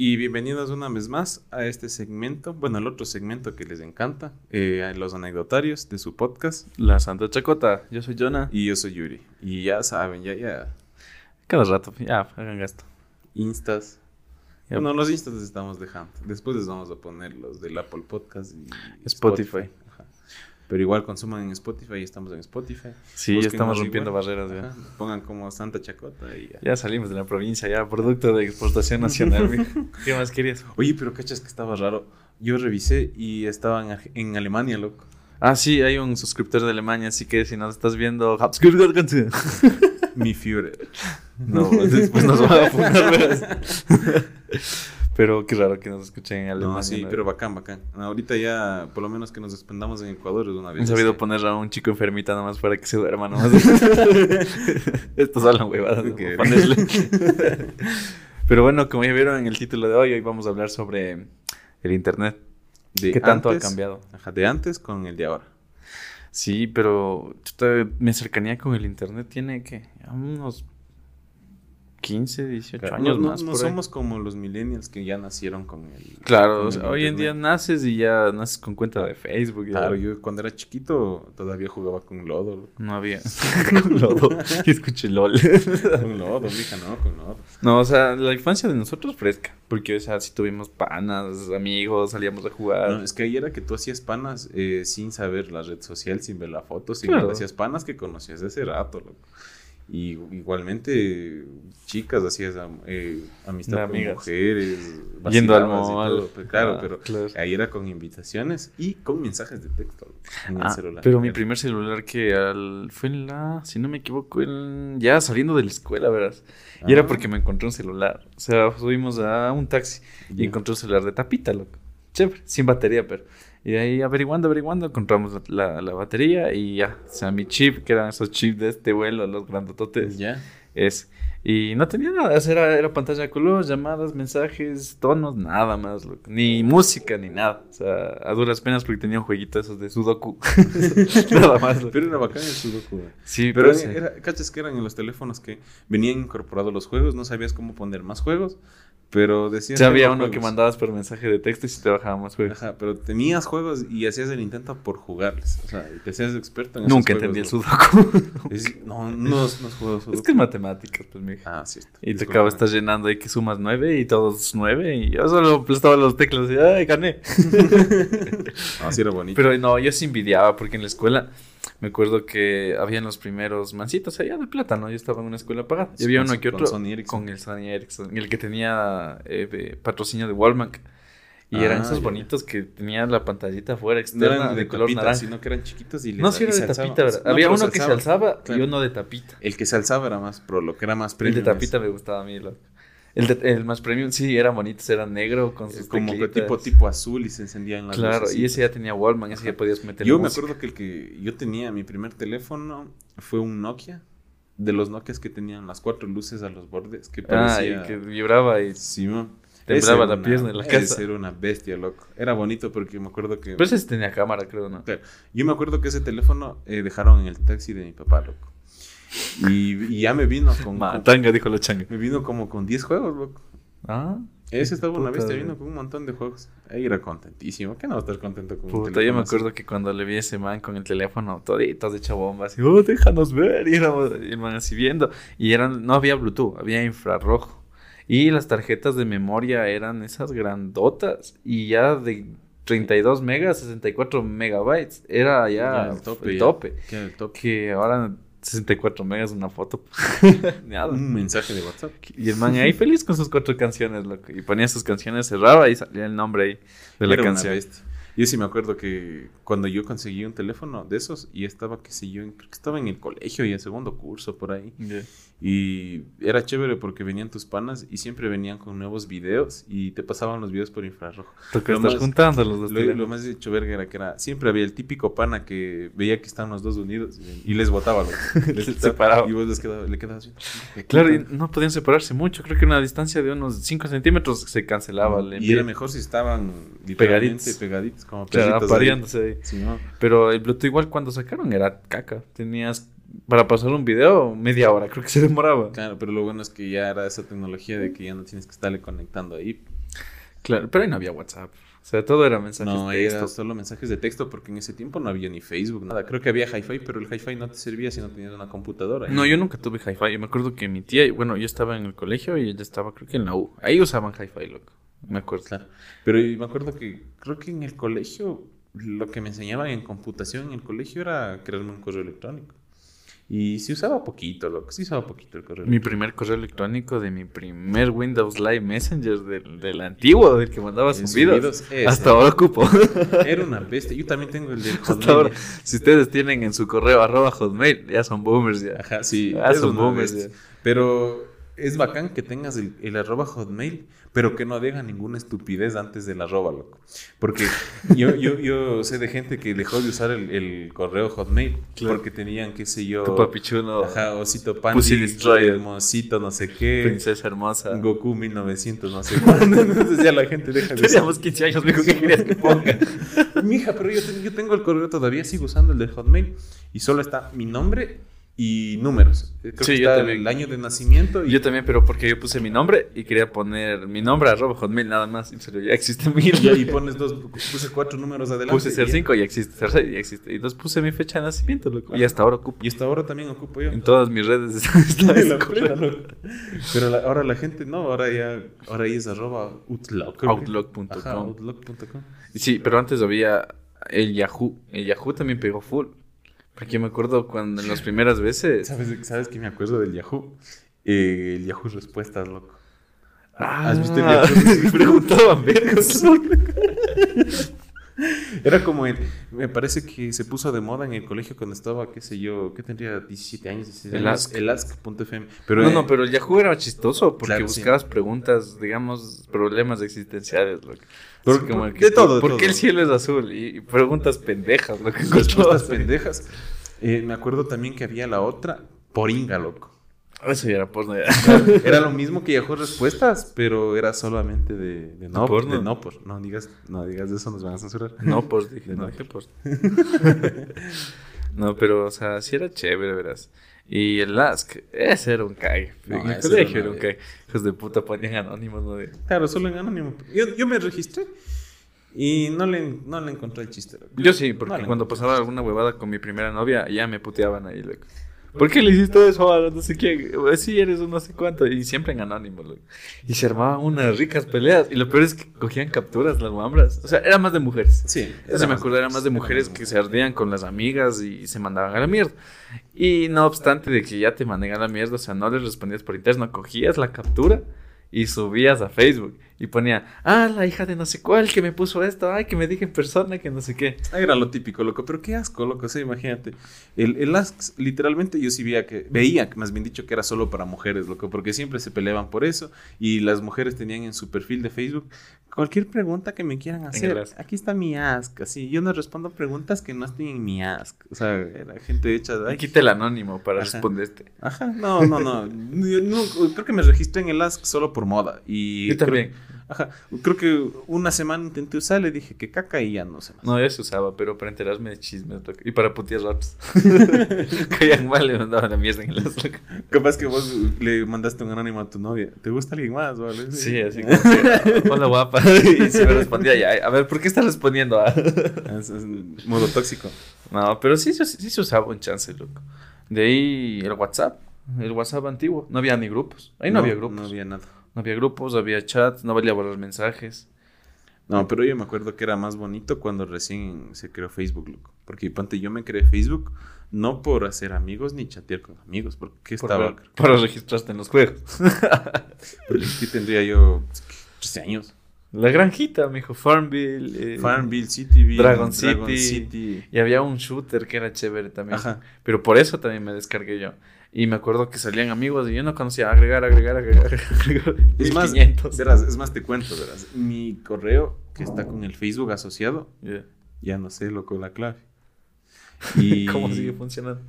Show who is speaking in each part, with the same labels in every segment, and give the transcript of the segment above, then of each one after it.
Speaker 1: Y bienvenidos una vez más a este segmento, bueno, al otro segmento que les encanta, eh, a los anecdotarios de su podcast.
Speaker 2: La Santa Chacota. Yo soy Jonah.
Speaker 1: Y yo soy Yuri. Y ya saben, ya, ya,
Speaker 2: Cada rato, ya, hagan gasto.
Speaker 1: instas.
Speaker 2: Ya.
Speaker 1: Bueno, los instas les estamos dejando. Después les vamos a poner los del Apple Podcast y
Speaker 2: Spotify.
Speaker 1: Ajá. Pero igual consuman en Spotify, estamos en Spotify.
Speaker 2: Sí, ya
Speaker 1: Búsquenos
Speaker 2: estamos
Speaker 1: igual.
Speaker 2: rompiendo barreras. Ya.
Speaker 1: Ajá, Pongan como Santa Chacota y ya.
Speaker 2: Ya salimos de la provincia, ya producto de exportación nacional. mijo. ¿Qué más querías?
Speaker 1: Oye, pero cachas que estaba raro. Yo revisé y estaba en, Arge- en Alemania, loco.
Speaker 2: Ah, sí, hay un suscriptor de Alemania, así que si nos estás viendo,
Speaker 1: Mi Führer.
Speaker 2: no, después nos van a funar. verás. Pero qué raro que nos escuchen en Alemania.
Speaker 1: No, sí,
Speaker 2: ¿no?
Speaker 1: pero bacán, bacán. Ah, Ahorita ya, por lo menos que nos expandamos en Ecuador es una vez.
Speaker 2: Han sabido poner a un chico enfermita nomás para que se duerma nomás. Estos hablan huevadas. ¿no?
Speaker 1: Ok.
Speaker 2: Ponerle. Pero bueno, como ya vieron en el título de hoy, hoy vamos a hablar sobre el internet.
Speaker 1: De
Speaker 2: ¿Qué tanto
Speaker 1: antes-
Speaker 2: ha cambiado?
Speaker 1: Ajá, de antes con el de ahora.
Speaker 2: Sí, pero chuta, mi cercanía con el internet tiene que unos 15, 18
Speaker 1: Claro,
Speaker 2: años
Speaker 1: no, no-
Speaker 2: más.
Speaker 1: no
Speaker 2: por ahí.
Speaker 1: somos como los millennials que ya nacieron con el.
Speaker 2: Claro,
Speaker 1: con
Speaker 2: o sea,
Speaker 1: el
Speaker 2: hoy en día
Speaker 1: internet.
Speaker 2: naces y ya naces con cuenta de Facebook. ya.
Speaker 1: Claro, yo cuando era chiquito todavía jugaba con lodo. loco.
Speaker 2: No había. Lodo. Y escuché LOL.
Speaker 1: Con lodo, mija, no, con lodo.
Speaker 2: No, o sea, la infancia de nosotros fresca. Porque, o sea, si tuvimos panas, amigos, salíamos a jugar.
Speaker 1: No, Ah, es que ahí era que tú hacías panas eh, sin saber la red social, sin ver la foto, sin
Speaker 2: Claro.
Speaker 1: nada. hacías panas que conocías de ese rato, loco. Y igualmente chicas hacías am- eh,
Speaker 2: De
Speaker 1: amistad con
Speaker 2: amigas.
Speaker 1: mujeres,
Speaker 2: Yendo al
Speaker 1: vacilabas y
Speaker 2: mall.
Speaker 1: todo, pues, claro,
Speaker 2: Ah,
Speaker 1: pero
Speaker 2: claro.
Speaker 1: ahí era con invitaciones y con mensajes de texto loco, en el
Speaker 2: Ah,
Speaker 1: celular.
Speaker 2: Pero mi
Speaker 1: Era-
Speaker 2: primer celular que al- fue en la, si no me equivoco, en- ya saliendo de la escuela, verás. Y
Speaker 1: Ah,
Speaker 2: era porque me encontré un celular. O sea, subimos a un taxi y
Speaker 1: ya.
Speaker 2: encontré un celular de tapita, loco. Chévere, sin batería, pero. Y de ahí averiguando, averiguando, encontramos la- la, la batería y ya. O sea, mi chip, que eran esos chips de este vuelo, los grandototes.
Speaker 1: Ya.
Speaker 2: Es. Y no tenía nada, o sea, era, era pantalla de color, llamadas, mensajes, tonos, nada más, loco. Ni música, ni nada. O sea, a duras penas porque tenía un jueguito esos de Sudoku. nada más. loco.
Speaker 1: Pero era bacán el Sudoku. güey.
Speaker 2: sí,
Speaker 1: Pero
Speaker 2: pero,
Speaker 1: era, era- cachas que eran en los teléfonos que venían incorporados los juegos, no sabías cómo poner más juegos, pero decías...
Speaker 2: ya había
Speaker 1: tengo
Speaker 2: uno que
Speaker 1: juegos.
Speaker 2: mandabas por mensaje de texto y si te bajaba más juegos.
Speaker 1: Ajá, pero tenías juegos y hacías el intento por jugarles. O sea, y te hacías experto en esos
Speaker 2: Nunca
Speaker 1: juegos,
Speaker 2: entendí el
Speaker 1: ¿no?
Speaker 2: Sudoku.
Speaker 1: Es- no, no, es- no es juego de sudoku.
Speaker 2: es que es matemáticas, pues, mija.
Speaker 1: Ah, cierto.
Speaker 2: Y te
Speaker 1: Disculpa.
Speaker 2: acabas estás llenando ahí que sumas nueve y todos nueve. Y yo solo aplastaba los teclas y ¡ay, gané!
Speaker 1: Ah, sí era bonito.
Speaker 2: Pero no, yo sí envidiaba porque en la escuela me acuerdo que habían los primeros mancitos allá de plata, ¿no? Yo estaba en una escuela pagada. Y
Speaker 1: Sí,
Speaker 2: había
Speaker 1: con
Speaker 2: uno
Speaker 1: su-
Speaker 2: que
Speaker 1: con
Speaker 2: otro
Speaker 1: Sony Ericsson.
Speaker 2: con el Sony Ericsson, el que tenía eh, eh, patrocinio de Walmart. Y
Speaker 1: Ah,
Speaker 2: eran esos
Speaker 1: ya.
Speaker 2: bonitos que tenían la pantallita afuera
Speaker 1: no
Speaker 2: externa
Speaker 1: eran de,
Speaker 2: este, de, color
Speaker 1: tapitas,
Speaker 2: naranja.
Speaker 1: sino que eran chiquitos y les-
Speaker 2: no, sí
Speaker 1: y
Speaker 2: era de
Speaker 1: se alzaban.
Speaker 2: tapita, ¿verdad?
Speaker 1: No,
Speaker 2: había
Speaker 1: pero
Speaker 2: uno que se alzaba
Speaker 1: claro.
Speaker 2: y uno de tapita.
Speaker 1: El que se alzaba era más pro, lo que era más
Speaker 2: El
Speaker 1: premium.
Speaker 2: de tapita
Speaker 1: es-
Speaker 2: me gustaba a mí, loco. El, de- el más premium, sí, eran bonitos, era negro con sus
Speaker 1: es como que
Speaker 2: teclitas.
Speaker 1: tipo, tipo azul y se encendían las
Speaker 2: Claro, y
Speaker 1: lucecitas.
Speaker 2: ese ya tenía Walmart, ese ya podías meter
Speaker 1: Yo
Speaker 2: música.
Speaker 1: me acuerdo que el que yo tenía, mi primer teléfono, fue un Nokia. De los Nokias que tenían las cuatro luces a los bordes, que
Speaker 2: Ah,
Speaker 1: parecía...
Speaker 2: y que vibraba y
Speaker 1: Simón.
Speaker 2: Temblaba
Speaker 1: Ese era
Speaker 2: la pierna en la
Speaker 1: ese
Speaker 2: casa. Pues-
Speaker 1: era una bestia, loco. Era bonito porque me acuerdo que...
Speaker 2: Pero ese sí tenía cámara, creo, ¿no?
Speaker 1: Yo me acuerdo que ese teléfono eh, dejaron en el taxi de mi papá, loco. Y, y ya me vino con... con-
Speaker 2: Matanga, dijo la changa.
Speaker 1: me vino como con 10 juegos, loco.
Speaker 2: Ah,
Speaker 1: Ese estaba una
Speaker 2: Puta,
Speaker 1: bestia,
Speaker 2: güey.
Speaker 1: vino con un montón de juegos. Ahí era contentísimo. ¿Qué no va a estar contento con un
Speaker 2: puta, yo
Speaker 1: teléfono
Speaker 2: me
Speaker 1: así?
Speaker 2: acuerdo que cuando le vi a ese man con el teléfono, toditos de chabombas, y, oh, déjanos ver, y éramos, y el man así viendo. Y eran, no había Bluetooth, había infrarrojo. Y las tarjetas de memoria eran esas grandotas, y ya de 32 megas, 64 megabytes, era ya,
Speaker 1: Ya, el tope.
Speaker 2: el
Speaker 1: ya.
Speaker 2: tope.
Speaker 1: Que era el tope.
Speaker 2: Que ahora 64 megas una foto, nada.
Speaker 1: Un mensaje de WhatsApp.
Speaker 2: Y el man ahí feliz con sus cuatro canciones, loco. Y ponía sus canciones, cerraba y salía el nombre ahí de la
Speaker 1: Era una
Speaker 2: canción.
Speaker 1: bestia. Yo sí me acuerdo que cuando yo conseguí un teléfono de esos y estaba, qué sé yo, en- creo que estaba en el colegio y en segundo curso por ahí.
Speaker 2: Ya.
Speaker 1: Y era chévere porque venían tus panas y siempre venían con nuevos videos y te pasaban los videos por infrarrojo.
Speaker 2: Toca
Speaker 1: Lo
Speaker 2: estar
Speaker 1: más-
Speaker 2: juntando los dos.
Speaker 1: Lo,
Speaker 2: teléfonos.
Speaker 1: lo más hecho verga era que era, siempre había el típico pana que veía que estaban los dos unidos y, y les botaba. loco. Les
Speaker 2: Les
Speaker 1: botaba
Speaker 2: separaba.
Speaker 1: Y vos les quedabas, le quedabas viendo.
Speaker 2: Claro, y no podían separarse mucho. Creo que una distancia de unos 5 centímetros se cancelaba. el
Speaker 1: Y
Speaker 2: envío.
Speaker 1: era mejor si estaban literalmente
Speaker 2: Pegaditos.
Speaker 1: pegaditos, como
Speaker 2: Claro,
Speaker 1: perritos ahí.
Speaker 2: apareándose ahí.
Speaker 1: Sí, ¿no?
Speaker 2: Pero el Bluetooth igual cuando sacaron era caca. Tenías para pasar un video, media hora, creo que se demoraba.
Speaker 1: Claro, pero lo bueno es que ya era esa tecnología de que ya no tienes que estarle conectando ahí.
Speaker 2: Claro, pero ahí no había WhatsApp. O sea, todo era mensajes
Speaker 1: no,
Speaker 2: de texto.
Speaker 1: era solo mensajes de texto porque en ese tiempo no había ni Facebook, nada. Creo que había hi-fi, pero el hi-fi no te servía si no tenías una computadora.
Speaker 2: No, yo nunca tuve hi-fi. Yo me acuerdo que mi tía, bueno, yo estaba en el colegio y ella estaba, creo que en la U. Ahí usaban hi-fi, loco. Me acuerdo.
Speaker 1: Claro. Pero y me acuerdo que creo que en el colegio lo que me enseñaban en computación en el colegio era crearme un correo electrónico. Y sí usaba poquito, loco. Sí usaba poquito el correo
Speaker 2: Mi primer correo electrónico de mi primer Windows Live Messenger del, del antiguo, del que mandaba
Speaker 1: Eh,
Speaker 2: subidos.
Speaker 1: subidos, ese.
Speaker 2: Hasta ahora ocupo.
Speaker 1: este, Era una bestia. Yo también tengo el de
Speaker 2: Hasta ahora. Si ustedes tienen en su correo arroba hotmail, ya son boomers ya.
Speaker 1: Ajá, sí.
Speaker 2: Ah,
Speaker 1: es
Speaker 2: son
Speaker 1: una
Speaker 2: boomers,
Speaker 1: bestia.
Speaker 2: ya.
Speaker 1: Pero es bacán que tengas el, el arroba hotmail, pero que no deja ninguna estupidez antes del arroba, loco. Porque yo, yo, yo sé de gente que dejó de usar el, el correo hotmail
Speaker 2: Claro.
Speaker 1: porque tenían, qué sé yo,
Speaker 2: Tu papichuno,
Speaker 1: ajá, osito
Speaker 2: Pussy
Speaker 1: pandi,
Speaker 2: Destroyer.
Speaker 1: hermosito, no sé qué,
Speaker 2: princesa hermosa.
Speaker 1: Goku 1900, no sé cuándo. Entonces ya la gente deja de usar.
Speaker 2: Teníamos 15 años, mijo, ¿qué querías que ponga?
Speaker 1: Mija, pero yo, ten- yo tengo el correo todavía, sigo usando el de Hotmail y solo está mi nombre y números. Eh, Creo que
Speaker 2: Sí, yo
Speaker 1: está
Speaker 2: también.
Speaker 1: el año de nacimiento y
Speaker 2: Yo también, pero porque yo puse mi nombre y quería poner mi nombre arroba hotmail nada más. Y salió, ya existe mil.
Speaker 1: y ahí pones dos, puse cuatro números adelante.
Speaker 2: Puse ser
Speaker 1: y-
Speaker 2: 5 y existe ser 6 y existe. Y entonces puse mi fecha de nacimiento, loco. Y
Speaker 1: Ajá.
Speaker 2: hasta ahora ocupo.
Speaker 1: Y hasta ahora también ocupo yo.
Speaker 2: En todas mis redes está, está
Speaker 1: De
Speaker 2: ese
Speaker 1: la
Speaker 2: correo.
Speaker 1: plena, loco. Pero la- ahora la gente no, ahora ya, ahora ya es arroba outlook. creo que.
Speaker 2: Outlook.com.
Speaker 1: Ajá, outlook.com.
Speaker 2: Sí, pero antes había el Yahoo. El Yahoo también pegó full. Porque yo me acuerdo cuando en las primeras veces.
Speaker 1: ¿Sabes, ¿Sabes que me acuerdo del Yahoo? Eh, el Yahoo Respuestas, loco.
Speaker 2: Ah,
Speaker 1: ¿Has visto el Yahoo?
Speaker 2: preguntaban vergas.
Speaker 1: Era como el, me parece que se puso de moda en el colegio cuando estaba, qué sé yo, que tendría 17 años, 16
Speaker 2: El
Speaker 1: años,
Speaker 2: Ask.
Speaker 1: el ask.fm. Pero,
Speaker 2: No,
Speaker 1: eh,
Speaker 2: no, pero el Yahoo era chistoso porque
Speaker 1: Claro, sí.
Speaker 2: buscabas preguntas, digamos, problemas existenciales, loco.
Speaker 1: Por-
Speaker 2: Así como
Speaker 1: por-
Speaker 2: que,
Speaker 1: de todo, de
Speaker 2: ¿Por qué
Speaker 1: todo.
Speaker 2: el cielo es azul? Y y preguntas pendejas, lo que
Speaker 1: respuestas
Speaker 2: encontrabas.
Speaker 1: pendejas. Eh, me acuerdo también que había la otra, Poringa, loco.
Speaker 2: Eso ya era porno. ya.
Speaker 1: Era lo mismo que Yahoo Respuestas, pero era solamente de, de no por.
Speaker 2: porno?
Speaker 1: De no por. No digas, no digas de eso, nos van a censurar.
Speaker 2: No, pues dije,
Speaker 1: De
Speaker 2: no,
Speaker 1: nuevo.
Speaker 2: ¿qué post? no, pero, o sea, sí era chévere, verás. Y el Ask, ese era un cague.
Speaker 1: No,
Speaker 2: en el
Speaker 1: ese
Speaker 2: colegio
Speaker 1: era
Speaker 2: era
Speaker 1: una
Speaker 2: un cague. Hijos de puta ponían anónimos, ¿no? De-
Speaker 1: Claro, solo en anónimo. Yo, yo me registré y no le, no le encontré el chiste. loco.
Speaker 2: Yo sí, porque
Speaker 1: Vale.
Speaker 2: cuando pasaba alguna huevada con mi primera novia, ya me puteaban ahí, loco. ¿Por qué le hiciste eso a no sé quién? Pues Sí, eres un no sé cuánto. Y siempre en anónimo, loco. Y se armaban unas ricas peleas. Y lo peor es que cogían capturas las mambras. O sea, era más de mujeres.
Speaker 1: Sí.
Speaker 2: Eso me acuerdo, era más de mujeres que se ardían con las amigas y se mandaban a la mierda. Y no obstante de que ya te mandé a la mierda, o sea, no les respondías por interno, cogías la captura y subías a Facebook. Y ponía, ah, la hija de no sé cuál que me puso esto, ay, que me dije en persona, que no sé qué.
Speaker 1: Ah, Era lo típico, loco, pero qué asco, loco, o sea, imagínate. El, el Ask, literalmente yo sí veía que, veía, que más bien dicho, que era solo para mujeres, loco, porque siempre se peleaban por eso y las mujeres tenían en su perfil de Facebook cualquier pregunta que me quieran
Speaker 2: el
Speaker 1: hacer.
Speaker 2: Ask.
Speaker 1: Aquí está mi Ask, así, yo no respondo preguntas que no estén en mi Ask. O sea, era gente hecha de...
Speaker 2: Y
Speaker 1: ay,
Speaker 2: quita el anónimo para
Speaker 1: Ajá.
Speaker 2: responderte.
Speaker 1: Ajá, no, no, no. Yo no- Creo que me registré en el Ask solo por moda. Y
Speaker 2: Yo
Speaker 1: creo-
Speaker 2: también.
Speaker 1: ajá, creo que una semana intenté usar, le dije que caca y ya no sé más.
Speaker 2: No, yo se usaba, pero para enterarme de chismes, loco. Y para putear raps. Caían mal, le mandaban la mierda en el as, loco.
Speaker 1: Capaz que vos le mandaste un anónimo a tu novia. ¿Te gusta alguien más, vale?
Speaker 2: Sí, así como que, hola guapa. Y si me respondía ya, a ver, ¿por qué está respondiendo? Ah?
Speaker 1: Es- es modo tóxico.
Speaker 2: No, pero sí, se- sí se usaba un chance, loco. De ahí el WhatsApp, el WhatsApp antiguo. No había ni grupos. Ahí no, había grupos.
Speaker 1: No
Speaker 2: No había.
Speaker 1: había nada.
Speaker 2: grupos, había chats, no valía borrar mensajes.
Speaker 1: No, pero yo me acuerdo que era más bonito cuando recién se creó Facebook, loco. Porque ponte, yo me creé Facebook no por hacer amigos ni chatear con amigos, porque
Speaker 2: Por
Speaker 1: estaba.
Speaker 2: ver- para registrarte en los juegos.
Speaker 1: Porque aquí tendría yo 13 años.
Speaker 2: La granjita, mijo, Farmville. eh,
Speaker 1: Farmville, Cityville,
Speaker 2: Dragon City.
Speaker 1: City.
Speaker 2: Y había un shooter que era chévere también.
Speaker 1: Ajá.
Speaker 2: Pero por eso también me descargué yo. Y me acuerdo que salían amigos y yo no conocía agregar, agregar, agregar, agregar.
Speaker 1: Es más,
Speaker 2: 1500.
Speaker 1: verás, es más, te cuento, verás. Mi correo que está con el Facebook asociado,
Speaker 2: Yeah.
Speaker 1: ya no sé, loco, la clave. Y
Speaker 2: ¿Cómo sigue funcionando?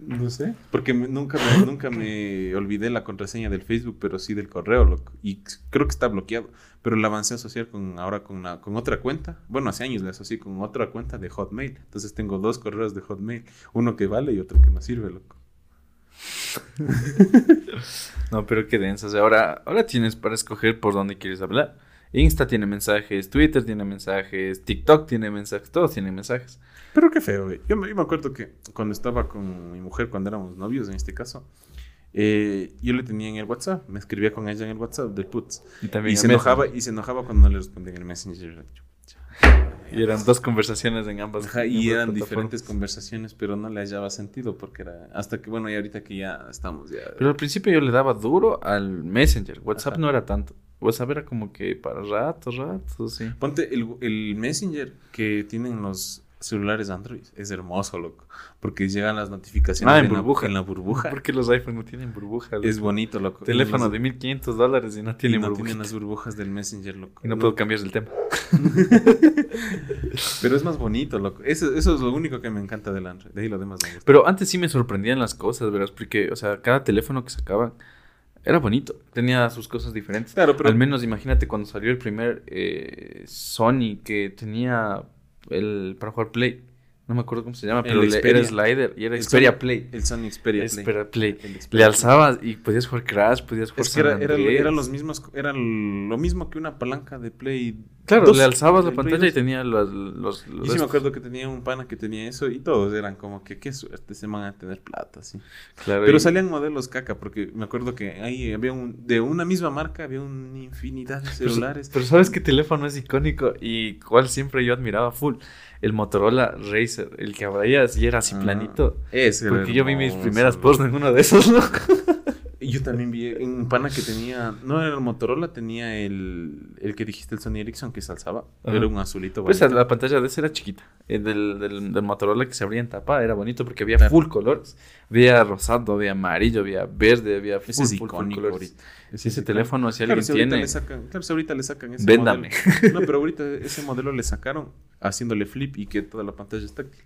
Speaker 1: No sé. Porque me- nunca, me, nunca me olvidé la contraseña del Facebook, pero sí del correo, loco. Y creo que está bloqueado. Pero la avancé a asociar con, ahora con, una- con otra cuenta. Bueno, hace años la asocié con otra cuenta de Hotmail. Entonces tengo dos correos de Hotmail. Uno que vale y otro que no sirve, loco.
Speaker 2: No, pero qué densas. Ahora, ahora tienes para escoger por dónde quieres hablar. Insta tiene mensajes, Twitter tiene mensajes, TikTok tiene mensajes, todos tienen mensajes.
Speaker 1: Pero qué feo, güey. Yo me, yo me acuerdo que cuando estaba con mi mujer, cuando éramos novios en este caso, eh, yo le tenía en el WhatsApp. Me escribía con ella en el WhatsApp del putz.
Speaker 2: Y, también
Speaker 1: Y se,
Speaker 2: en
Speaker 1: enojaba,
Speaker 2: Messenger.
Speaker 1: y se enojaba cuando no le respondía en el Messenger.
Speaker 2: Y eran dos conversaciones en ambas.
Speaker 1: Ajá,
Speaker 2: en
Speaker 1: y
Speaker 2: ambas
Speaker 1: eran
Speaker 2: plataformas.
Speaker 1: diferentes conversaciones, pero no le hallaba sentido porque era. Hasta que, bueno, y ahorita que ya estamos, ya.
Speaker 2: Pero al principio yo le daba duro al Messenger. WhatsApp
Speaker 1: Ajá.
Speaker 2: no era tanto. WhatsApp era como que para rato, rato, sí.
Speaker 1: Ponte el, el Messenger que tienen los celulares Android. Es hermoso, loco. Porque llegan las notificaciones
Speaker 2: Ah, en
Speaker 1: la-
Speaker 2: burbuja.
Speaker 1: en la burbuja.
Speaker 2: Porque los iPhone no tienen burbujas.
Speaker 1: Es bonito, loco.
Speaker 2: Teléfono
Speaker 1: Y
Speaker 2: de 1500 dólares y no
Speaker 1: y
Speaker 2: tiene
Speaker 1: no
Speaker 2: burbujas.
Speaker 1: tienen las burbujas del Messenger, loco.
Speaker 2: Y no puedo cambiar el tema.
Speaker 1: Pero es más bonito, loco. Eso, eso es lo único que me encanta del Android. De ahí lo demás me gusta.
Speaker 2: Pero antes sí me sorprendían las cosas, ¿verdad? Porque, o sea, cada teléfono que sacaban era bonito. Tenía sus cosas diferentes.
Speaker 1: Claro, pero.
Speaker 2: Al menos imagínate cuando salió el primer eh, Sony que tenía el para jugar Play. No me acuerdo cómo se llama,
Speaker 1: El
Speaker 2: pero le-
Speaker 1: Xperia.
Speaker 2: era Slider y era
Speaker 1: El
Speaker 2: Xperia
Speaker 1: Sony-
Speaker 2: Play.
Speaker 1: El Sony Xperia. Play.
Speaker 2: Xperia Play.
Speaker 1: El Xperia
Speaker 2: Le alzabas y podías jugar Crash, podías jugar
Speaker 1: Es que era,
Speaker 2: San
Speaker 1: era-
Speaker 2: Andreas.
Speaker 1: eran los mismos, era lo mismo que una palanca de Play.
Speaker 2: Claro,
Speaker 1: 2.
Speaker 2: le alzabas la
Speaker 1: El Play
Speaker 2: pantalla y
Speaker 1: 2.
Speaker 2: tenía los... los, los-
Speaker 1: Yo sí me acuerdo que tenía un pana que tenía eso y todos eran como que qué suerte se van a tener plata, sí.
Speaker 2: Claro,
Speaker 1: Pero
Speaker 2: y-
Speaker 1: salían modelos caca porque me acuerdo que ahí había un, de una misma marca había una infinidad de
Speaker 2: Pero-
Speaker 1: celulares.
Speaker 2: Pues, Pero, ¿sabes qué teléfono es icónico y cuál siempre yo admiraba full? El Motorola Racer, el que abrías y era así
Speaker 1: Ah,
Speaker 2: planito.
Speaker 1: ese era
Speaker 2: Porque yo vi mis
Speaker 1: hermoso,
Speaker 2: primeras
Speaker 1: loco.
Speaker 2: posts en uno de esos, loco.
Speaker 1: Y Yo también vi un pana que tenía, no era el Motorola, tenía el, el que dijiste el Sony Ericsson que se alzaba.
Speaker 2: Ajá.
Speaker 1: Era un azulito.
Speaker 2: Pues
Speaker 1: bonito.
Speaker 2: la pantalla de ese era chiquita. El del, del- del Motorola que se abría en tapa era bonito porque había
Speaker 1: Claro.
Speaker 2: full colores. Había rosado, había amarillo, había verde, había full,
Speaker 1: ese es
Speaker 2: full, full
Speaker 1: icónico
Speaker 2: colores.
Speaker 1: ahorita.
Speaker 2: Si ese
Speaker 1: es icónico.
Speaker 2: teléfono, si
Speaker 1: Claro,
Speaker 2: alguien
Speaker 1: si ahorita
Speaker 2: tiene,
Speaker 1: le sacan, claro, si ahorita le sacan ese
Speaker 2: véndame.
Speaker 1: modelo. No, pero ahorita ese modelo le sacaron haciéndole flip y que toda la pantalla es táctil.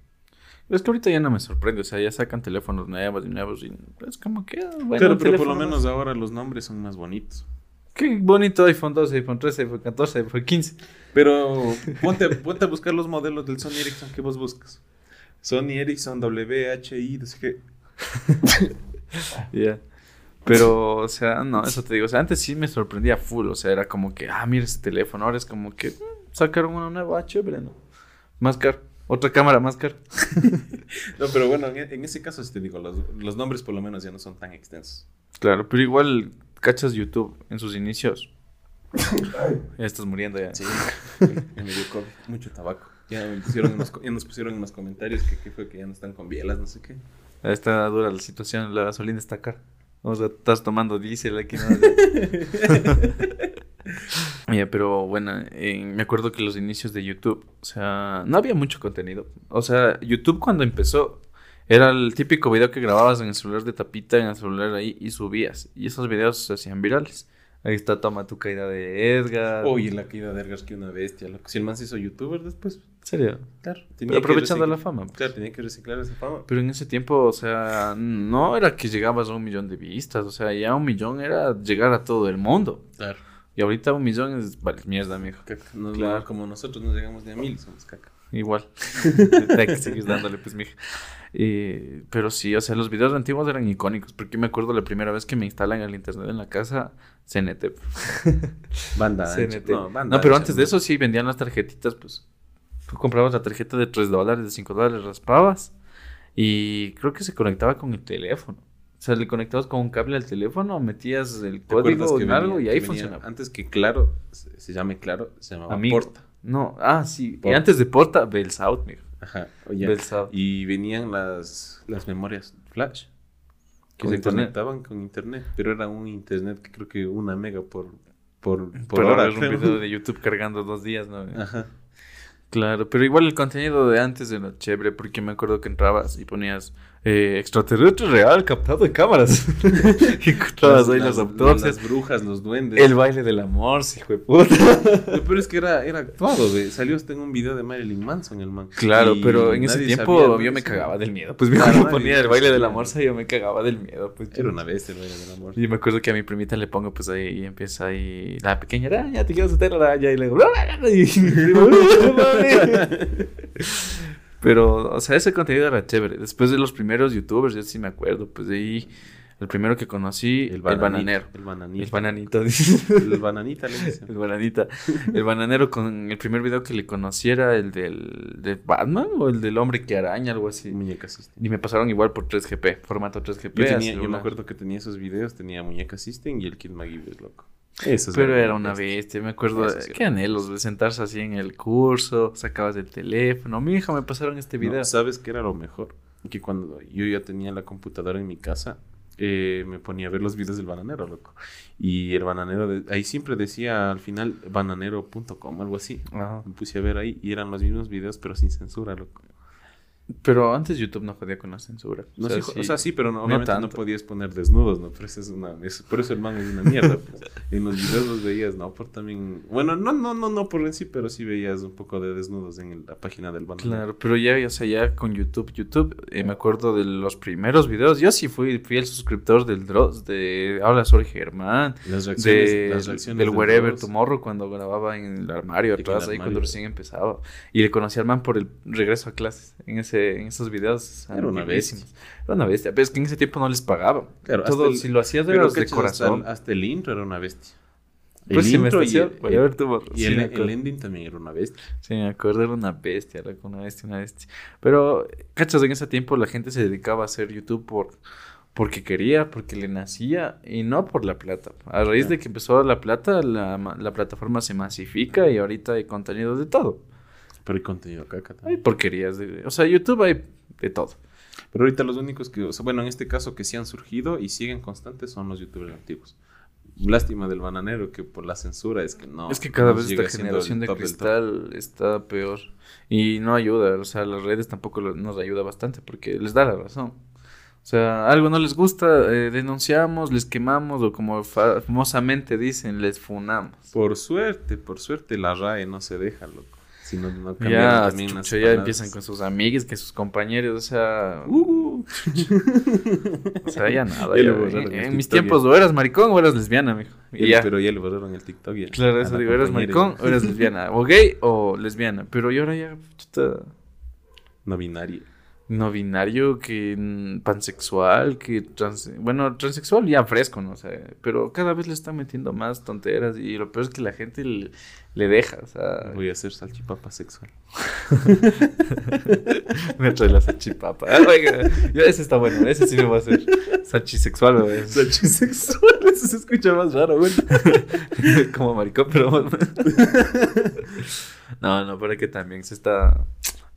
Speaker 2: Es que ahorita ya no me sorprende. O sea, ya sacan teléfonos nuevos y nuevos y es como que... ah, Bueno,
Speaker 1: claro, pero
Speaker 2: un
Speaker 1: por lo
Speaker 2: teléfono más.
Speaker 1: menos ahora los nombres son más bonitos.
Speaker 2: Qué bonito iPhone 12, iPhone 13, iPhone 14, iPhone 15.
Speaker 1: Pero ponte, ponte a buscar los modelos del Sony Ericsson que vos buscas. Sony Ericsson WHI, no sé qué.
Speaker 2: Ya. Pero, o sea, no, eso te digo. O sea, antes sí me sorprendía full. O sea, era como que, ah, mira ese teléfono. Ahora es como que mm, sacaron una nueva, ah, chévere, ¿no? Más caro. Otra cámara más caro.
Speaker 1: No, pero bueno, en, en ese caso sí te digo, los, los nombres por lo menos ya no son tan extensos.
Speaker 2: Claro, pero igual cachas YouTube en sus inicios. ya estás muriendo ya.
Speaker 1: Sí, me dio COVID, mucho tabaco. Ya, me pusieron en los, co- ya nos pusieron en los comentarios que, que fue que ya no están con bielas, no sé qué.
Speaker 2: Está dura la situación. La gasolina está cara. O sea, estás tomando diésel aquí. ¿no? Ya, pero bueno, eh, me acuerdo que los inicios de YouTube, o sea, no había mucho contenido. O sea, YouTube cuando empezó era el típico video que grababas en el celular de tapita, en el celular ahí y subías. Y esos videos se hacían virales. Ahí está Toma tu caída de Edgar.
Speaker 1: Oye, la caída de Ergas que una bestia, loco. Si el man se hizo youtuber después,
Speaker 2: en serio.
Speaker 1: claro.
Speaker 2: Pero aprovechando
Speaker 1: que recicl-
Speaker 2: la fama. pues.
Speaker 1: Claro, tenía que reciclar esa fama.
Speaker 2: Pero en ese tiempo, o sea, no era que llegabas a un millón de vistas. O sea, ya un millón era llegar a todo el mundo.
Speaker 1: Claro.
Speaker 2: Y ahorita un millón es vale, mierda, mijo. Claro.
Speaker 1: como nosotros no llegamos ni a mil, somos caca.
Speaker 2: Igual. Hay que seguir dándole, pues, mija. Eh, pero sí, o sea, los videos antiguos eran icónicos. Porque me acuerdo la primera vez que me instalan el internet en la casa, CNT.
Speaker 1: Banda ancha.
Speaker 2: CNT. No,
Speaker 1: banda
Speaker 2: pero
Speaker 1: ancha,
Speaker 2: antes de
Speaker 1: ¿no?
Speaker 2: eso sí vendían las tarjetitas, pues. Tú comprabas la tarjeta de 3 dólares, de 5 dólares, raspabas. Y creo que se conectaba con el teléfono. O sea, le conectabas con un cable al teléfono, metías el
Speaker 1: ¿Te acuerdas
Speaker 2: código
Speaker 1: que
Speaker 2: en
Speaker 1: venía-
Speaker 2: algo y
Speaker 1: que
Speaker 2: ahí
Speaker 1: venía-
Speaker 2: funcionaba.
Speaker 1: Antes que Claro se, se llame Claro, se llamaba
Speaker 2: Amigo.
Speaker 1: Porta.
Speaker 2: No, ah, sí. Y
Speaker 1: Porta.
Speaker 2: antes de Porta, Bells Out, mijo.
Speaker 1: Ajá. Oye.
Speaker 2: Bells Out.
Speaker 1: Y venían las, las memorias flash. Que
Speaker 2: Con
Speaker 1: se
Speaker 2: internet.
Speaker 1: conectaban con internet. Pero era un internet que creo que una mega por, por, por
Speaker 2: Por
Speaker 1: hora.
Speaker 2: ahora un video de YouTube cargando dos días, ¿no?
Speaker 1: Ajá.
Speaker 2: Claro, pero igual el contenido de antes era chévere porque me acuerdo que entrabas y ponías eh, extraterrestre real captado de cámaras. y encontrabas ahí las, autopsias.
Speaker 1: Las brujas, los duendes.
Speaker 2: El baile del amor, sí, hijo de puta.
Speaker 1: Lo peor es que era, era actuado, güey. Salió hasta en un video de Marilyn Manson, el man.
Speaker 2: Claro,
Speaker 1: Y
Speaker 2: pero en ese
Speaker 1: nadie
Speaker 2: tiempo
Speaker 1: sabía
Speaker 2: yo me
Speaker 1: eso.
Speaker 2: cagaba del miedo. Pues mi
Speaker 1: Claro,
Speaker 2: mamá
Speaker 1: nadie
Speaker 2: ponía el
Speaker 1: sabía.
Speaker 2: baile del amor, yo me cagaba del miedo. Pues,
Speaker 1: Era una bestia el baile del amor.
Speaker 2: Y me acuerdo que a mi primita le pongo, pues ahí y empieza ahí la pequeña araña, te quiero soltar la araña. Y le digo, "Bla, bla, bla", y mi primo, "No, mami". Pero, o sea, ese contenido era chévere. Después de los primeros youtubers, yo sí me acuerdo, pues de ahí, el primero que conocí, el, bananero.
Speaker 1: El
Speaker 2: El
Speaker 1: bananito.
Speaker 2: bananito, dice.
Speaker 1: El bananita le dicen.
Speaker 2: El bananita. El bananero con el primer video que le conociera, el del de Batman o el del hombre que araña, algo así.
Speaker 1: Muñeca System.
Speaker 2: Y me pasaron igual por 3GP, formato 3GP.
Speaker 1: Yo,
Speaker 2: a
Speaker 1: tenía- yo me
Speaker 2: celular.
Speaker 1: acuerdo que tenía esos videos, tenía Muñeca System y el Kid McGibber, loco. Eso
Speaker 2: Pero era una bestia, me acuerdo.
Speaker 1: Eso
Speaker 2: eh,
Speaker 1: Ah, sí
Speaker 2: qué
Speaker 1: era.
Speaker 2: anhelos, de sentarse así en el curso, sacabas el teléfono. Mi hija me pasaron este video.
Speaker 1: No, ¿Sabes qué era lo mejor? Que cuando yo ya tenía la computadora en mi casa, eh, me ponía a ver los videos del bananero, loco. Y el bananero, de- ahí siempre decía al final bananero.com, algo así.
Speaker 2: Ajá.
Speaker 1: Me puse a ver ahí y eran los mismos videos, pero sin censura, loco.
Speaker 2: Pero antes YouTube no jodía con la censura.
Speaker 1: No, sí, jo- o sea, sí, pero no,
Speaker 2: no
Speaker 1: obviamente no,
Speaker 2: tanto.
Speaker 1: podías poner desnudos, ¿no? Pero eso es una, es- por eso el man es una mierda. pues. En los videos los veías, ¿no? Por también. Bueno, no, no, no, no por en sí, pero sí veías un poco de desnudos en el- la página del bananero.
Speaker 2: Claro, pero ya, o sea, ya con YouTube, YouTube, eh, me acuerdo de los primeros videos. Yo sí fui fiel suscriptor del Dross, de Habla sobre Germán,
Speaker 1: Las reacciones,
Speaker 2: de,
Speaker 1: las reacciones
Speaker 2: del
Speaker 1: de
Speaker 2: Wherever
Speaker 1: todos.
Speaker 2: Tomorrow cuando grababa en el armario
Speaker 1: En el
Speaker 2: atrás, ahí cuando
Speaker 1: armario.
Speaker 2: recién empezaba. Y le conocí al man por el regreso a clases en, ese, en esos videos.
Speaker 1: Era una
Speaker 2: antiguísimos. Era una bestia, pero es que en ese tiempo no les pagaban.
Speaker 1: Claro, hasta
Speaker 2: Todo,
Speaker 1: el-
Speaker 2: si lo hacías
Speaker 1: Pero
Speaker 2: eras de
Speaker 1: cachas, hasta el-
Speaker 2: corazón.
Speaker 1: Hasta, el intro era una bestia. El
Speaker 2: Pues sí, me
Speaker 1: intro y
Speaker 2: estás-
Speaker 1: el,
Speaker 2: Wherever Tomorrow,
Speaker 1: y
Speaker 2: sí,
Speaker 1: el-
Speaker 2: me
Speaker 1: el
Speaker 2: acuerdo.
Speaker 1: ending también era una bestia.
Speaker 2: Sí, me acuerdo, era una bestia, loco, una bestia, una bestia. Pero, cachas, en ese tiempo la gente se dedicaba a hacer YouTube por, porque quería, porque le nacía y no por la plata. A raíz de
Speaker 1: Claro.
Speaker 2: que empezó la plata, la, ma- la plataforma se masifica y ahorita hay contenido de todo.
Speaker 1: Pero el contenido caca
Speaker 2: Hay
Speaker 1: también.
Speaker 2: porquerías, de, o sea, YouTube hay de todo.
Speaker 1: Pero ahorita los únicos que, o sea, bueno, en este caso que sí han surgido y siguen constantes son los youtubers antiguos. Lástima del bananero que por la censura es que no.
Speaker 2: es que cada
Speaker 1: no
Speaker 2: vez
Speaker 1: llega
Speaker 2: esta
Speaker 1: siendo el
Speaker 2: generación de
Speaker 1: top del top.
Speaker 2: cristal está peor y no ayuda, o sea, las redes tampoco lo- nos ayuda bastante porque les da la razón. O sea, algo no les gusta, eh, denunciamos, les quemamos o como fa- famosamente dicen, les funamos.
Speaker 1: Por suerte, por suerte la RAE no se deja, loco. Si no, no cambiaron
Speaker 2: Ya,
Speaker 1: también las
Speaker 2: chucho, ya
Speaker 1: palabras.
Speaker 2: empiezan con sus amigos, que sus compañeros, o sea,
Speaker 1: Uh,
Speaker 2: o sea ya nada.
Speaker 1: Ya le
Speaker 2: ya,
Speaker 1: borraron
Speaker 2: en,
Speaker 1: el
Speaker 2: en mis
Speaker 1: TikTok ya.
Speaker 2: tiempos o eras maricón o eras lesbiana, mijo. Y ya.
Speaker 1: Pero ya le borraron el TikTok. ya.
Speaker 2: Claro,
Speaker 1: A
Speaker 2: eso
Speaker 1: la
Speaker 2: digo, eras
Speaker 1: compañera y-
Speaker 2: maricón o eras lesbiana, o gay o lesbiana, pero yo ahora ya, chuta,
Speaker 1: No binario.
Speaker 2: no binario, que mm, pansexual, que trans... Bueno, transexual ya fresco, ¿no? O sea, pero cada vez le están metiendo más tonteras y lo peor es que la gente le, le deja, o sea...
Speaker 1: Voy a hacer salchipapa sexual.
Speaker 2: me trae la salchipapa. Ah, Oiga, yo ese está bueno, ese sí me va a hacer. Salchisexual, bebé.
Speaker 1: Salchisexual, eso se escucha más raro, güey.
Speaker 2: Como maricón, pero... más- no, no, pero que también se está...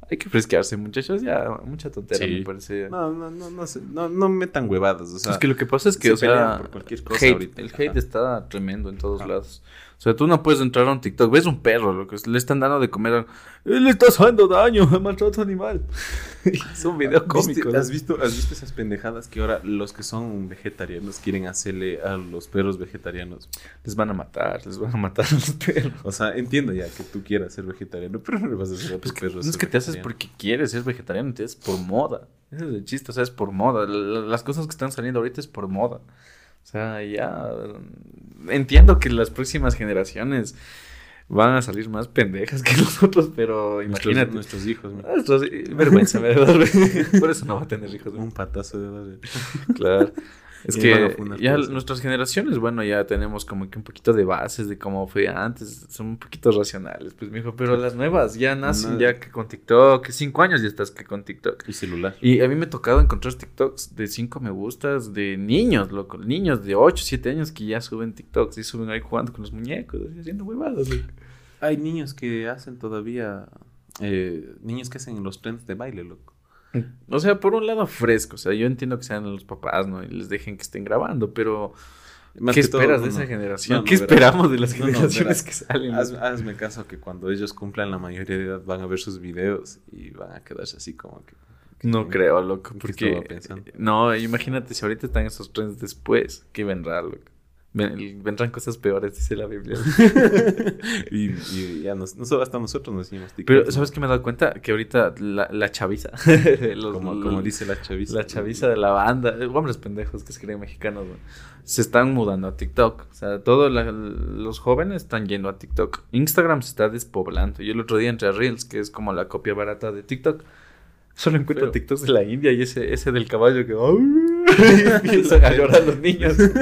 Speaker 2: Hay que fresquearse, muchachos, ya, mucha tontera
Speaker 1: Sí.
Speaker 2: me parece.
Speaker 1: No, no, no, no, sé, no, no metan huevadas, o sea.
Speaker 2: es que lo que pasa es que,
Speaker 1: se
Speaker 2: o sea,
Speaker 1: pelean por cualquier cosa
Speaker 2: hate,
Speaker 1: ahorita.
Speaker 2: el
Speaker 1: Ajá.
Speaker 2: hate este está tremendo en todos
Speaker 1: Ajá.
Speaker 2: lados. O sea, tú no puedes entrar a un TikTok, ves un perro, lo que le están dando de comer, a- "Eh, le está haciendo daño, maltrato animal. es un video
Speaker 1: ¿Viste-
Speaker 2: cómico.
Speaker 1: ¿Has
Speaker 2: ¿no?
Speaker 1: visto, ¿Has visto esas pendejadas que ahora los que son vegetarianos quieren hacerle a los perros vegetarianos?
Speaker 2: Les van a matar, les van a matar a los perros.
Speaker 1: O sea, entiendo ya que tú quieras ser vegetariano, pero no le vas a hacer a tus
Speaker 2: No
Speaker 1: perros.
Speaker 2: es
Speaker 1: ser
Speaker 2: Pues que te haces
Speaker 1: vegetariano.
Speaker 2: porque quieres, es vegetariano, te haces por moda. Ese es el chiste, o sea, es por moda. La- la- Las cosas que están saliendo ahorita es por moda. O sea, ya mm, entiendo que las próximas generaciones van a salir más pendejas que nosotros, pero
Speaker 1: Nuestros-
Speaker 2: imagínate.
Speaker 1: Nuestros, hijos, mira.
Speaker 2: Ah, esto sí, vergüenza me da. Por eso no va a tener hijos.
Speaker 1: un patazo de darle.
Speaker 2: Claro. Es
Speaker 1: Y
Speaker 2: que
Speaker 1: van a funar
Speaker 2: ya
Speaker 1: por eso.
Speaker 2: nuestras generaciones, bueno, ya tenemos como que un poquito de bases de cómo fue antes, son un poquito racionales, pues me dijo, pero las nuevas ya nacen
Speaker 1: No.
Speaker 2: ya que con TikTok, que cinco años ya estás que con TikTok.
Speaker 1: Y celular.
Speaker 2: Y a mí me ha tocado encontrar TikToks de cinco me gustas de niños, loco, niños de 8, 7 años que ya suben TikToks y suben ahí jugando con los muñecos, así, haciendo huevadas. loco.
Speaker 1: Hay niños que hacen todavía. eh, niños que hacen los trends de baile, loco.
Speaker 2: O sea, por un lado fresco, o sea, yo entiendo que sean los papás, ¿no? Y les dejen que estén grabando, pero
Speaker 1: Más
Speaker 2: ¿Qué
Speaker 1: que todo,
Speaker 2: esperas de
Speaker 1: uno-
Speaker 2: esa generación?
Speaker 1: No, no,
Speaker 2: ¿Qué
Speaker 1: verás.
Speaker 2: esperamos de las
Speaker 1: No, no,
Speaker 2: generaciones
Speaker 1: verás.
Speaker 2: que salen?
Speaker 1: Haz- hazme caso que cuando ellos cumplan la mayoría de edad van a ver sus videos y van a quedarse así como que
Speaker 2: No creo, loco,
Speaker 1: ¿En qué
Speaker 2: porque... eh,
Speaker 1: estaba pensando?
Speaker 2: No, imagínate si ahorita están esos trenes después, ¿qué vendrá, loco? Ven- Vendrán cosas peores, dice la Biblia.
Speaker 1: y, y ya nos, no solo hasta nosotros nos hicimos TikTok.
Speaker 2: Pero, ¿sabes qué me he dado cuenta? Que ahorita la, la chaviza, los-
Speaker 1: como,
Speaker 2: los-
Speaker 1: como dice la chaviza.
Speaker 2: la chaviza de la banda, eh, hombres pendejos que se creen mexicanos, güey, se están mudando a TikTok. O sea, todos la- los jóvenes están yendo a TikTok. Instagram se está despoblando. Yo el otro día entré a Reels, que es como la copia barata de TikTok. Solo encuentro
Speaker 1: Feo.
Speaker 2: TikToks de la India y ese, ese del caballo que... y empiezan a llorar los niños.
Speaker 1: Es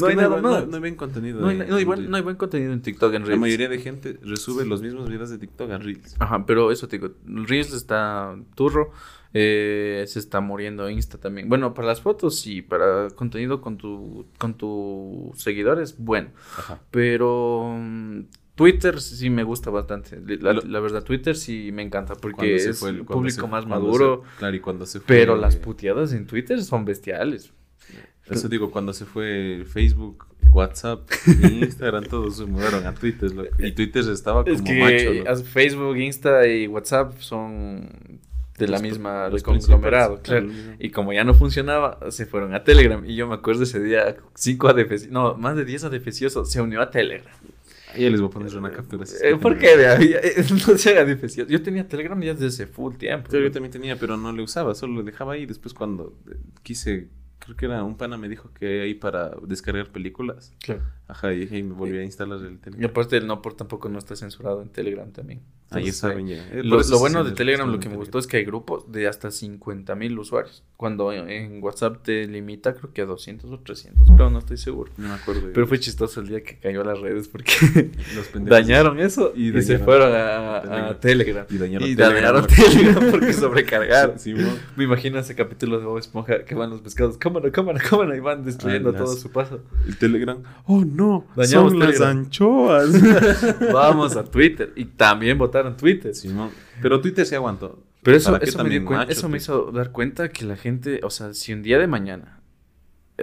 Speaker 2: No
Speaker 1: que
Speaker 2: hay nada
Speaker 1: no,
Speaker 2: más.
Speaker 1: no hay buen contenido.
Speaker 2: No hay,
Speaker 1: de-
Speaker 2: no hay buen,
Speaker 1: de-
Speaker 2: no hay buen contenido en TikTok, en
Speaker 1: La
Speaker 2: Reels.
Speaker 1: mayoría de gente resube los mismos videos de TikTok a Reels.
Speaker 2: Ajá, pero eso te digo, Reels está turro, eh, se está muriendo Insta también. Bueno, para las fotos sí, para contenido con tu con tus seguidores, bueno,
Speaker 1: Ajá.
Speaker 2: pero mm, Twitter sí me gusta bastante. La,
Speaker 1: Lo-
Speaker 2: la verdad, Twitter sí me encanta porque
Speaker 1: Cuando se
Speaker 2: es
Speaker 1: fue
Speaker 2: el
Speaker 1: cuando
Speaker 2: público
Speaker 1: se-
Speaker 2: más
Speaker 1: cuando se-
Speaker 2: maduro,
Speaker 1: claro, y cuando se fue.
Speaker 2: pero las puteadas en Twitter son bestiales.
Speaker 1: Eso digo, cuando se fue Facebook, WhatsApp, Instagram, todos se mudaron a Twitter. loco. Y Twitter estaba como
Speaker 2: Es que
Speaker 1: macho. loco.
Speaker 2: as- Facebook, Insta y WhatsApp son de la
Speaker 1: Los pr-
Speaker 2: misma, del
Speaker 1: los
Speaker 2: conglomerado,
Speaker 1: principales,
Speaker 2: claro.
Speaker 1: claro.
Speaker 2: Y como ya no funcionaba, se fueron a Telegram. Y yo me acuerdo ese día, cinco adefes no, más de 10 adefesiosos se unió a Telegram.
Speaker 1: Ahí ya les voy a poner una captura. si Pues es que
Speaker 2: Eh, ¿Por
Speaker 1: tienen.
Speaker 2: qué? vea? Había- No se haga adefesioso. Yo tenía Telegram ya desde full tiempo.
Speaker 1: Yo también tenía, pero no le usaba, solo lo dejaba ahí. Después, cuando eh, quise, creo que era un pana me dijo que ahí para descargar películas.
Speaker 2: Claro.
Speaker 1: Ajá, y, y me volví a instalar el
Speaker 2: Y
Speaker 1: teléfono.
Speaker 2: aparte el no por tampoco no está censurado en Telegram también.
Speaker 1: Ahí
Speaker 2: Entonces,
Speaker 1: saben ya. Eh,
Speaker 2: pues, Lo,
Speaker 1: por eso
Speaker 2: lo
Speaker 1: se
Speaker 2: bueno de
Speaker 1: siente
Speaker 2: Telegram, lo
Speaker 1: bastante
Speaker 2: que me
Speaker 1: Telegram.
Speaker 2: gustó es que hay grupos de hasta 50 mil usuarios. Cuando en- en WhatsApp te limita, creo que a 200 o 300, pero no estoy seguro.
Speaker 1: No me acuerdo.
Speaker 2: Pero fue chistoso el día que cayó a las redes porque
Speaker 1: los pendejos.
Speaker 2: dañaron eso
Speaker 1: Y
Speaker 2: y, se
Speaker 1: dañaron
Speaker 2: fueron a, a Telegram.
Speaker 1: Y dañaron
Speaker 2: Y
Speaker 1: Telegram.
Speaker 2: dañaron Telegram porque sobrecargaron.
Speaker 1: Sí, Simón.
Speaker 2: Me imagino ese capítulo de Bob Esponja que van los pescados, cámara, cámara, cámara, y van destruyendo
Speaker 1: Ah, las-
Speaker 2: todo su paso.
Speaker 1: El Telegram. Oh, no.
Speaker 2: Dañamos
Speaker 1: son las
Speaker 2: Telegram.
Speaker 1: anchoas.
Speaker 2: Vamos a Twitter. Y también votaron Twitter.
Speaker 1: Simón. Pero Twitter se aguantó.
Speaker 2: Pero eso,
Speaker 1: ¿Para qué
Speaker 2: eso, me,
Speaker 1: también
Speaker 2: dio cuen-
Speaker 1: macho,
Speaker 2: eso me
Speaker 1: tío?
Speaker 2: hizo dar cuenta que la gente, o sea, si un día de mañana,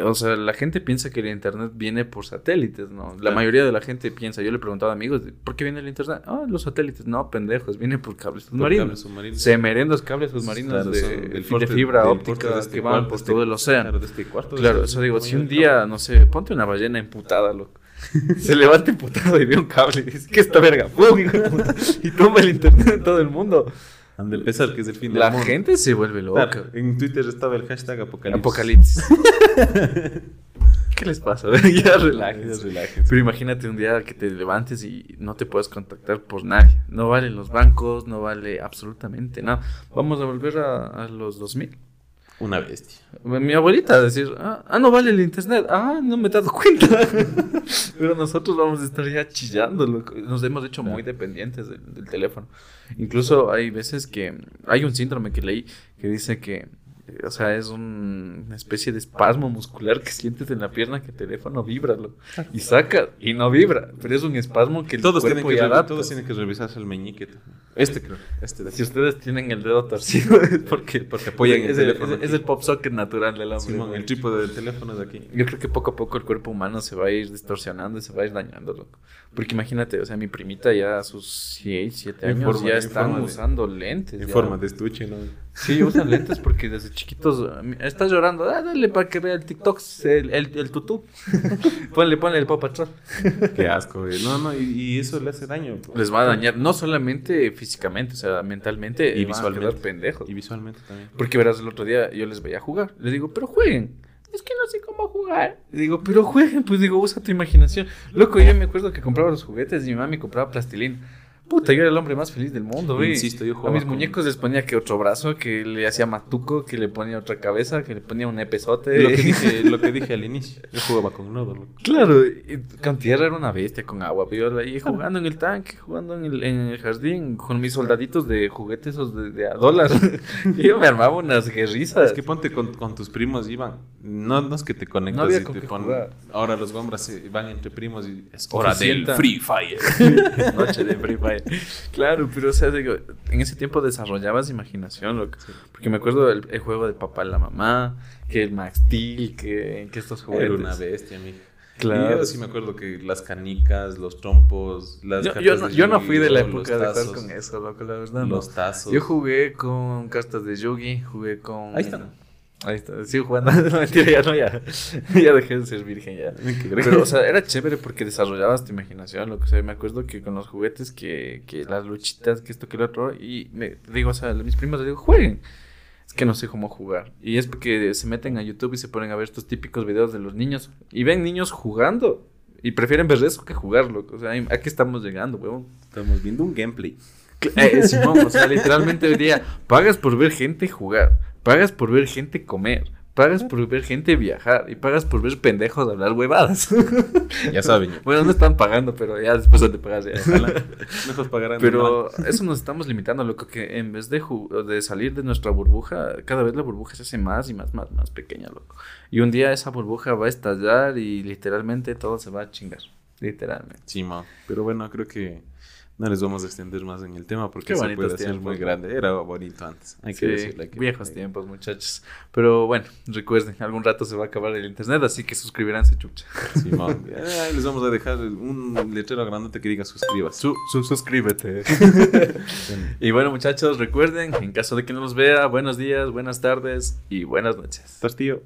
Speaker 2: o sea, la gente piensa que el Internet viene por satélites, ¿no? La
Speaker 1: Claro.
Speaker 2: mayoría de la gente piensa, yo le preguntaba a amigos, ¿por qué viene el Internet? Ah, los satélites, no, pendejos, viene por cables
Speaker 1: Por
Speaker 2: submarinos.
Speaker 1: cables submarinos.
Speaker 2: Se meren los cables submarinos
Speaker 1: Claro,
Speaker 2: de,
Speaker 1: son
Speaker 2: de
Speaker 1: porte-
Speaker 2: fibra
Speaker 1: del porte de
Speaker 2: óptica
Speaker 1: este
Speaker 2: que
Speaker 1: cuarto,
Speaker 2: van por
Speaker 1: este-
Speaker 2: todo el océano.
Speaker 1: Claro, de este cuarto. de
Speaker 2: Claro,
Speaker 1: este-
Speaker 2: eso digo,
Speaker 1: tamaño
Speaker 2: si un
Speaker 1: del
Speaker 2: día,
Speaker 1: cable.
Speaker 2: no sé, ponte una ballena emputada, loco. Se levanta emputada y ve un cable y dice, ¿qué esta verga? ¡Pum! hijo de puta! Y tumba el internet en todo el mundo.
Speaker 1: Han de empezar, que es el fin
Speaker 2: La
Speaker 1: del mundo.
Speaker 2: gente se vuelve loca.
Speaker 1: Claro, En Twitter estaba el hashtag apocalipsis.
Speaker 2: Apocalipsis. ¿Qué les pasa? ya relájense. Pero imagínate un día que te levantes y no te puedas contactar por nadie. No valen los bancos, no vale absolutamente nada. Vamos a volver a, a los 2000.
Speaker 1: Una bestia.
Speaker 2: Mi abuelita va a decir, ah, ah, no vale el internet. Ah, no me he dado cuenta. Pero nosotros vamos a estar ya chillando. loco. Nos hemos hecho muy dependientes del, del teléfono. Incluso hay veces que hay un síndrome que leí que dice que, eh, o sea, es un- una especie de espasmo muscular que sientes en la pierna que el teléfono vibra. loco. Y saca y no vibra. Pero es un espasmo que el
Speaker 1: Todos tienen
Speaker 2: cuerpo
Speaker 1: que,
Speaker 2: ya
Speaker 1: revi-
Speaker 2: adapta.
Speaker 1: todos tienen que revisarse el meñique. también. Este creo. Este de aquí.
Speaker 2: Si ustedes tienen el dedo torcido es porque,
Speaker 1: Porque apoyan el
Speaker 2: es
Speaker 1: teléfono
Speaker 2: Es,
Speaker 1: aquí.
Speaker 2: el pop socket natural del hombre.
Speaker 1: Simón,
Speaker 2: güey.
Speaker 1: el trípode del teléfono de aquí.
Speaker 2: Yo creo que poco a poco el cuerpo humano se va a ir distorsionando y se va a ir dañando, loco. Porque imagínate, o sea, mi primita ya a sus 6, 7
Speaker 1: En
Speaker 2: años
Speaker 1: forma-
Speaker 2: ya
Speaker 1: en
Speaker 2: están
Speaker 1: forma de-
Speaker 2: usando lentes.
Speaker 1: En
Speaker 2: ya.
Speaker 1: forma de estuche, ¿no?
Speaker 2: Sí, usan lentes porque desde chiquitos eh, mi- está llorando. Ah, dale para que vea el TikTok, el, el, el tutú. ponle, ponle el papá atrás.
Speaker 1: Qué asco, güey. No, no, y, y eso le hace daño. pues. po.
Speaker 2: Les va a dañar, no solamente físicamente, o sea, mentalmente
Speaker 1: Y
Speaker 2: y visualmente.
Speaker 1: visualmente.
Speaker 2: pendejos.
Speaker 1: Y visualmente también.
Speaker 2: Porque verás, el otro día yo les veía jugar. Les digo, pero jueguen. Es que no sé cómo jugar. Y digo, pero jueguen. Pues digo, usa tu imaginación. Loco, yo me acuerdo que compraba los juguetes y mi mami compraba plastilina. Puta, yo era el hombre más feliz del mundo, güey.
Speaker 1: Insisto, yo
Speaker 2: A
Speaker 1: jugaba
Speaker 2: mis
Speaker 1: con-
Speaker 2: muñecos les ponía que otro brazo, que le hacía matuco, que le ponía otra cabeza, que le ponía un epezote.
Speaker 1: Lo que dije, lo que dije al inicio. Yo jugaba con nodo, loco.
Speaker 2: Claro, y con tierra era una bestia, con agua, pero yo ahí jugando en el tanque, jugando en el, en el jardín, con mis soldaditos de juguetes esos de, de a dólar. Y yo me armaba unas guerrizas.
Speaker 1: Es que ponte con, con tus primos, Iván. No, no es que te conectas
Speaker 2: No había
Speaker 1: y
Speaker 2: con
Speaker 1: te
Speaker 2: qué
Speaker 1: ponen.
Speaker 2: jugar.
Speaker 1: Ahora los gombras se van entre primos y es
Speaker 2: Que
Speaker 1: hora
Speaker 2: se
Speaker 1: del
Speaker 2: sientan.
Speaker 1: Free Fire.
Speaker 2: Noche de Free Fire. Claro, pero o sea, digo, en ese tiempo desarrollabas imaginación, loco. Porque me acuerdo del el juego de papá y la mamá, que el Max Steel, que, que estos juguetes.
Speaker 1: Era una bestia, mija. Y yo sí me acuerdo que las canicas, los trompos, las
Speaker 2: Yo,
Speaker 1: cartas
Speaker 2: yo no,
Speaker 1: de
Speaker 2: yo no
Speaker 1: Yu-Gi-Oh,
Speaker 2: fui de la
Speaker 1: los
Speaker 2: época de estar
Speaker 1: tazos,
Speaker 2: con eso, loco, la verdad. no.
Speaker 1: Los tazos.
Speaker 2: Yo jugué con cartas de Yugi, jugué con.
Speaker 1: Ahí están.
Speaker 2: Ahí está, sigo jugando. No, mentira, ya no, ya. Ya dejé de ser virgen ya. Pero, o sea, era chévere porque desarrollabas tu imaginación, lo que sea. Me acuerdo que con los juguetes, que, que las luchitas, que esto, que lo otro. Y me digo, o sea, a mis primos les digo, jueguen. Es que no sé cómo jugar. Y es porque se meten a YouTube y se ponen a ver estos típicos videos de los niños. Y ven niños jugando. Y prefieren ver eso que jugarlo. O sea, ¿a qué estamos llegando, huevón?
Speaker 1: Estamos viendo un gameplay.
Speaker 2: Eh, Simón, o sea, literalmente hoy día pagas por ver gente jugar, pagas por ver gente comer, pagas por ver gente viajar y pagas por ver pendejos hablar huevadas.
Speaker 1: Ya saben.
Speaker 2: bueno, no están pagando, pero ya después de pagar. ya.
Speaker 1: ojalá. Mejor pagarán.
Speaker 2: Pero eso nos estamos limitando, loco, que en vez de, ju- de salir de nuestra burbuja, cada vez la burbuja se hace más y más, más, más pequeña, loco. Y un día esa burbuja va a estallar y literalmente todo se va a chingar. Literalmente.
Speaker 1: Sí, ma. Pero bueno, creo que no les vamos a extender más en el tema porque
Speaker 2: Qué
Speaker 1: se
Speaker 2: bonitos
Speaker 1: puede hacer
Speaker 2: tiempos,
Speaker 1: muy
Speaker 2: ¿no?
Speaker 1: grande. Era bonito antes. Hay
Speaker 2: Sí,
Speaker 1: que decirlo. hay que-
Speaker 2: viejos
Speaker 1: hay-
Speaker 2: tiempos, muchachos. Pero bueno, recuerden, algún rato se va a acabar el internet, así que suscribiránse, chucha.
Speaker 1: Sí, ma. Eh, ahí les vamos a dejar un letrero grandote que diga suscribas.
Speaker 2: suscríbete. y bueno, muchachos, recuerden, en caso de que no los vea, buenos días, buenas tardes y buenas noches.
Speaker 1: Estás tío.